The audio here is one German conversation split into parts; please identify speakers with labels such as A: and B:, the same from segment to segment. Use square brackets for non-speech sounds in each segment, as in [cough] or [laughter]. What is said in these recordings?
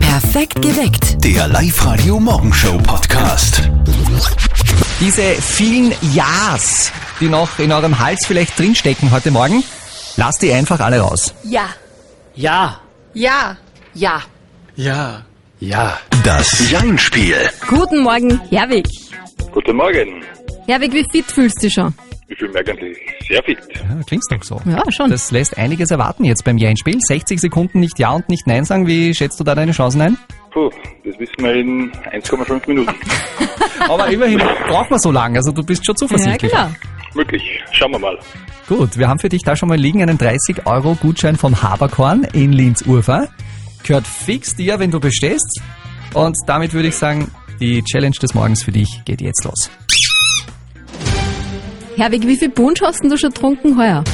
A: Perfekt geweckt.
B: Der Live-Radio Morgenshow Podcast.
C: Diese vielen Ja's, die noch in eurem Hals vielleicht drinstecken heute Morgen, lasst die einfach alle raus.
D: Ja.
E: Ja.
D: Ja. Ja.
E: Ja. Ja.
B: Das Jein-Spiel.
F: Guten Morgen, Herwig.
G: Guten Morgen.
F: Herwig, wie fit fühlst du dich schon?
G: Ich fühle mich eigentlich sehr fit.
C: Ja, klingt's doch so.
F: Ja, schon.
C: Das lässt einiges erwarten jetzt beim Jein-Spiel. 60 Sekunden nicht Ja und nicht Nein sagen. Wie schätzt du da deine Chancen ein?
G: Puh, das wissen wir in
F: [laughs]
G: 1,5 Minuten.
C: Aber immerhin braucht man so lange. Also du bist schon
F: ja,
C: zuversichtlich.
F: klar.
G: Möglich. Schauen wir mal.
C: Gut, wir haben für dich da schon mal liegen einen 30 Euro Gutschein von Haberkorn in Linz-Urfa. Gehört fix dir, wenn du bestehst. Und damit würde ich sagen, die Challenge des Morgens für dich geht jetzt los.
F: Herwig, wie viel Punsch hast denn du schon getrunken heuer?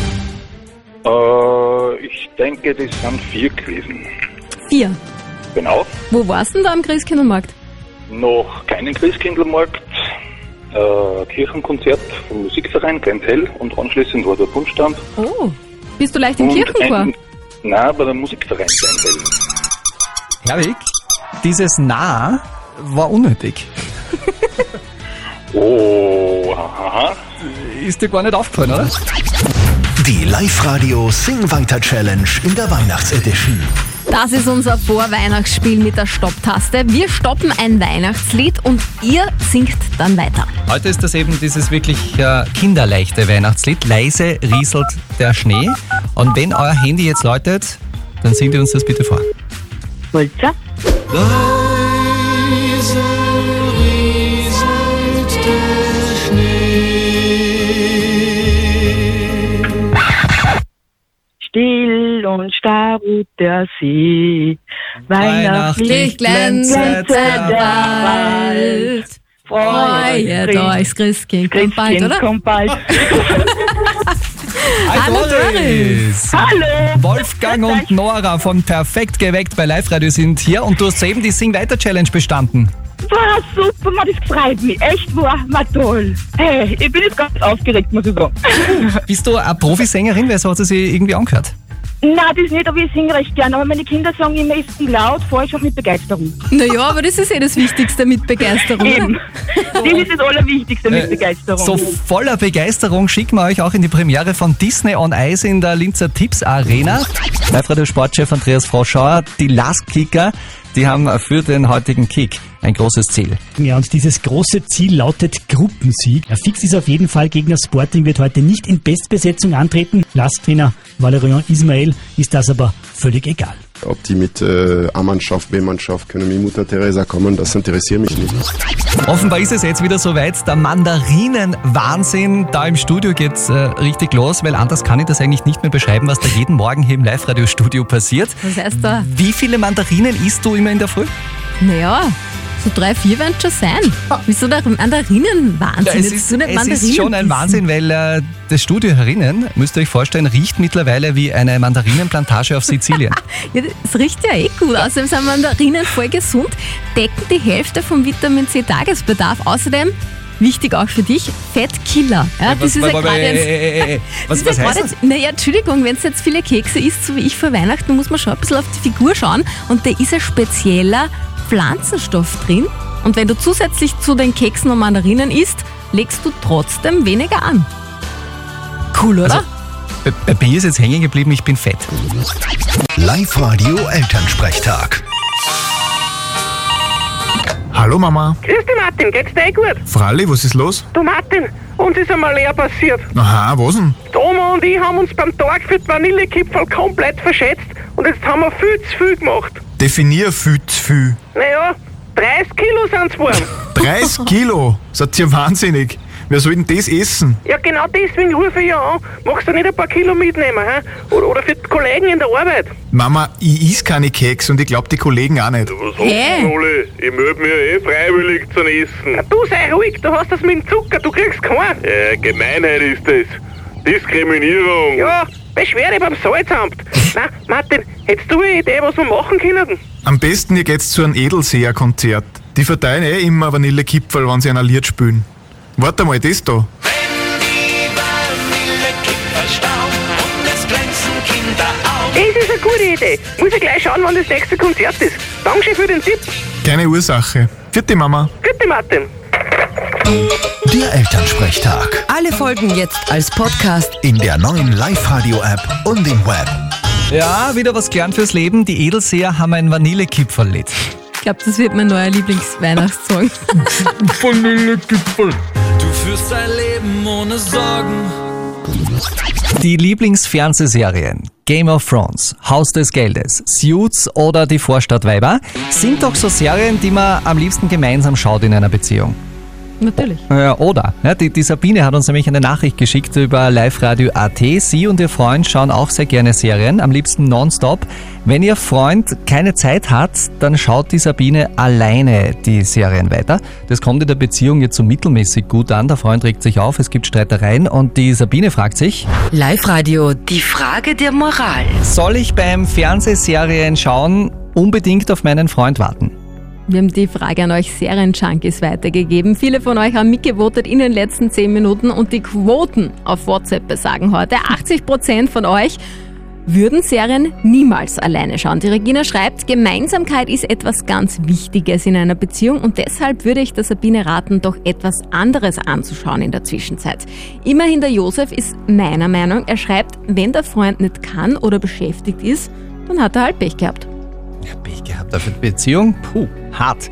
G: Äh, ich denke, das sind vier gewesen.
F: Vier.
G: Genau.
F: Wo warst denn da am Christkindlmarkt?
G: Noch keinen Christkindlmarkt. Äh, Kirchenkonzert vom Musikverein Grenzell und anschließend war der Punschstand.
F: Oh. Bist du leicht im Kirchenchor?
G: ein- Nein, bei dem Musikverein Grenzell.
C: Herwig, dieses Na war unnötig.
G: Oh, aha.
C: Ist dir gar nicht aufgefallen, oder?
B: Die Live-Radio Sing Weiter Challenge in der Weihnachtsedition.
F: Das ist unser Vorweihnachtsspiel mit der Stopptaste. Wir stoppen ein Weihnachtslied und ihr singt dann weiter.
C: Heute ist das eben dieses wirklich äh, kinderleichte Weihnachtslied. Leise rieselt der Schnee. Und wenn euer Handy jetzt läutet, dann singt ihr uns das bitte vor.
H: Holzer, still und starr ruht der See.
C: Weihnachtlich
H: Weihnachtlich
C: glänzt
H: glänzt
C: der
H: der Wald.
F: Wald. Oh, Freut euch, Christkind. Kommt bald,
H: Christkind,
F: oder?
H: kommt bald.
F: [laughs] Hallo,
C: Doris!
H: Hallo.
C: Wolfgang und Nora von Perfekt geweckt bei Live Radio sind hier und du hast soeben die Sing Weiter Challenge bestanden.
H: War super, man, das freut mich. Echt, war man toll. Hey, ich bin jetzt ganz aufgeregt, muss ich sagen. [laughs]
C: Bist du eine Profisängerin? Weil so hat sie sich irgendwie angehört.
H: Nein, das nicht, aber ich singe recht gern. Aber meine Kinder sagen immer, ich singe laut, falsch und mit Begeisterung.
F: Naja, aber das ist eh das Wichtigste mit Begeisterung. [laughs]
H: Eben.
F: oder?
H: Das ist das Allerwichtigste
F: Äh,
H: mit Begeisterung.
C: So voller Begeisterung schicken wir euch auch in die Premiere von Disney on Ice in der Linzer Tipps Arena. Live Radio Sportchef Andreas Froschauer, die Last Kicker, die haben für den heutigen Kick ein großes Ziel.
I: Ja, und dieses große Ziel lautet Gruppensieg. Ja, fix ist auf jeden Fall, Gegner Sporting wird heute nicht in Bestbesetzung antreten. Lasttrainer Valerian Ismail ist das aber völlig egal.
J: Ob die mit äh, A-Mannschaft, B-Mannschaft, können mit Mutter Teresa kommen, das interessiert mich nicht.
C: Offenbar ist es jetzt wieder soweit, der Mandarinen-Wahnsinn. Da im Studio geht's äh, richtig los, weil anders kann ich das eigentlich nicht mehr beschreiben, was da jeden Morgen hier im Live-Radio-Studio passiert.
F: Was heißt da?
C: Wie viele Mandarinen isst du immer in der Früh?
F: Naja, so drei, vier werden schon sein. Wieso der Mandarinenwahnsinn?
C: es
F: Also Jetzt
C: ist,
F: du nicht
C: es
F: Mandarinen
C: ist schon ein
F: essen.
C: Wahnsinn, weil äh, das Studio herinnen, müsst ihr euch vorstellen, riecht mittlerweile wie eine Mandarinenplantage auf Sizilien.
F: Ja, das riecht ja eh gut. Außerdem sind Mandarinen voll gesund, decken die Hälfte vom Vitamin C Tagesbedarf. Außerdem, wichtig auch für dich, Fettkiller. Ja, [laughs] das ist ja gerade jetzt.
C: äh, äh,
F: das
C: was,
F: ist
C: was
F: ja
C: heißt
F: gerade
C: das?
F: jetzt- Naja, Entschuldigung, wenn du jetzt viele Kekse isst, so wie ich vor Weihnachten, muss man schon ein bisschen auf die Figur schauen. Und da ist ein spezieller Pflanzenstoff drin. Und wenn du zusätzlich zu den Keksen und Mandarinen isst, legst du trotzdem weniger an. Cool, oder?
C: Also Bei, bei mir ist jetzt hängen geblieben, ich bin fett.
B: Live-Radio Elternsprechtag.
K: Hallo Mama.
H: Grüß dich, Martin. Geht's dir eh gut?
K: Fralli, was ist los?
H: Du, Martin, uns ist einmal leer passiert.
K: Aha, was denn?
H: Die Oma und ich haben uns beim Tag für die Vanillekipferl komplett verschätzt und jetzt haben wir viel zu viel gemacht.
K: Definier viel zu viel.
H: Naja, 30 Kilo sind's geworden.
K: [laughs] 30 Kilo. Seid ihr wahnsinnig? Wer soll denn das essen?
H: ja, genau deswegen rufe ich ja an. Magst du nicht ein paar Kilo mitnehmen, hä? Oder, oder für die Kollegen in der Arbeit?
K: Mama, ich is keine Keks und ich glaub die Kollegen auch nicht.
G: Was
F: Hä? denn
G: alle? Ich melde mich eh freiwillig zum Essen.
H: Du sei ruhig, du hast das mit dem Zucker, du kriegst keinen.
G: Äh, Gemeinheit ist das. Diskriminierung.
H: Ja, Beschwerde beim
G: [laughs]
H: Salzamt. Na, Martin, hättest du eine Idee, was wir machen können?
K: Am besten ihr geht zu einem Edelseher-Konzert. Die verteilen eh immer Vanillekipferl, wenn sie ein Lied spielen. Warte mal, das da.
H: Das ist eine gute Idee. Muss ich gleich schauen, wann das nächste Konzert ist. Dankeschön für den Tipp.
K: Keine Ursache. Vierte Mama.
H: Bitte, Martin.
B: Der Elternsprechtag.
A: Alle Folgen jetzt als Podcast.
B: In der neuen Live-Radio-App und im Web.
C: Ja, wieder was gelernt fürs Leben. Die Edelseher haben ein Vanillekipferl lit.
F: Ich glaube, das wird mein neuer
C: [laughs]
F: Lieblingsweihnachtssong.
C: Die Lieblingsfernsehserien Game of Thrones, Haus des Geldes, Suits oder Die Vorstadtweiber sind doch so Serien, die man am liebsten gemeinsam schaut in einer Beziehung.
F: Natürlich.
C: Äh, oder, ja, die, die Sabine hat uns nämlich eine Nachricht geschickt über liveradio.at. Sie und ihr Freund schauen auch sehr gerne Serien, am liebsten nonstop. Wenn ihr Freund keine Zeit hat, dann schaut die Sabine alleine die Serien weiter. Das kommt in der Beziehung jetzt so mittelmäßig gut an. Der Freund regt sich auf, es gibt Streitereien und die Sabine fragt sich,
A: Live-Radio, die Frage der Moral.
C: soll ich beim Fernsehserien schauen unbedingt auf meinen Freund warten?
F: Wir haben die Frage an euch Serienjunkies weitergegeben. Viele von euch haben mitgevotet in den letzten 10 Minuten und die Quoten auf WhatsApp besagen heute, 80% von euch würden Serien niemals alleine schauen. Die Regina schreibt, Gemeinsamkeit ist etwas ganz Wichtiges in einer Beziehung und deshalb würde ich der Sabine raten, doch etwas anderes anzuschauen in der Zwischenzeit. Immerhin der Josef ist meiner Meinung, er schreibt, wenn der Freund nicht kann oder beschäftigt ist, dann hat er halt Pech gehabt.
C: Ja, Pech gehabt auf eine Beziehung? Puh, hart.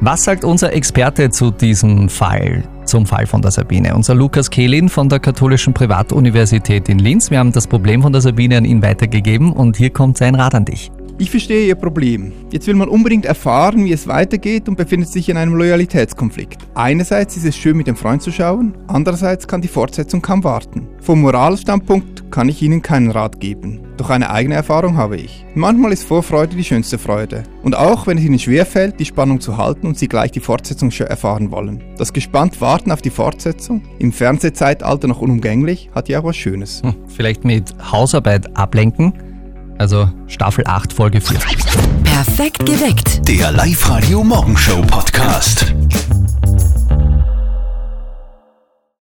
C: Was sagt unser Experte zu diesem Fall, zum Fall von der Sabine? Unser Lukas Kehlin von der Katholischen Privatuniversität in Linz. Wir haben das Problem von der Sabine an ihn weitergegeben und hier kommt sein Rat an dich.
D: Ich verstehe Ihr Problem. Jetzt will man unbedingt erfahren, wie es weitergeht und befindet sich in einem Loyalitätskonflikt. Einerseits ist es schön, mit dem Freund zu schauen, andererseits kann die Fortsetzung kaum warten. Vom Moralstandpunkt kann ich Ihnen keinen Rat geben. Doch eine eigene Erfahrung habe ich. Manchmal ist Vorfreude die schönste Freude. Und auch wenn es Ihnen schwerfällt, die Spannung zu halten und Sie gleich die Fortsetzung schon erfahren wollen. Das gespannt Warten auf die Fortsetzung, im Fernsehzeitalter noch unumgänglich, hat ja auch was Schönes.
C: Hm, Vielleicht mit Hausarbeit ablenken? Also Staffel 8, Folge 4.
A: Perfekt geweckt.
B: Der Live-Radio Morgenshow Podcast.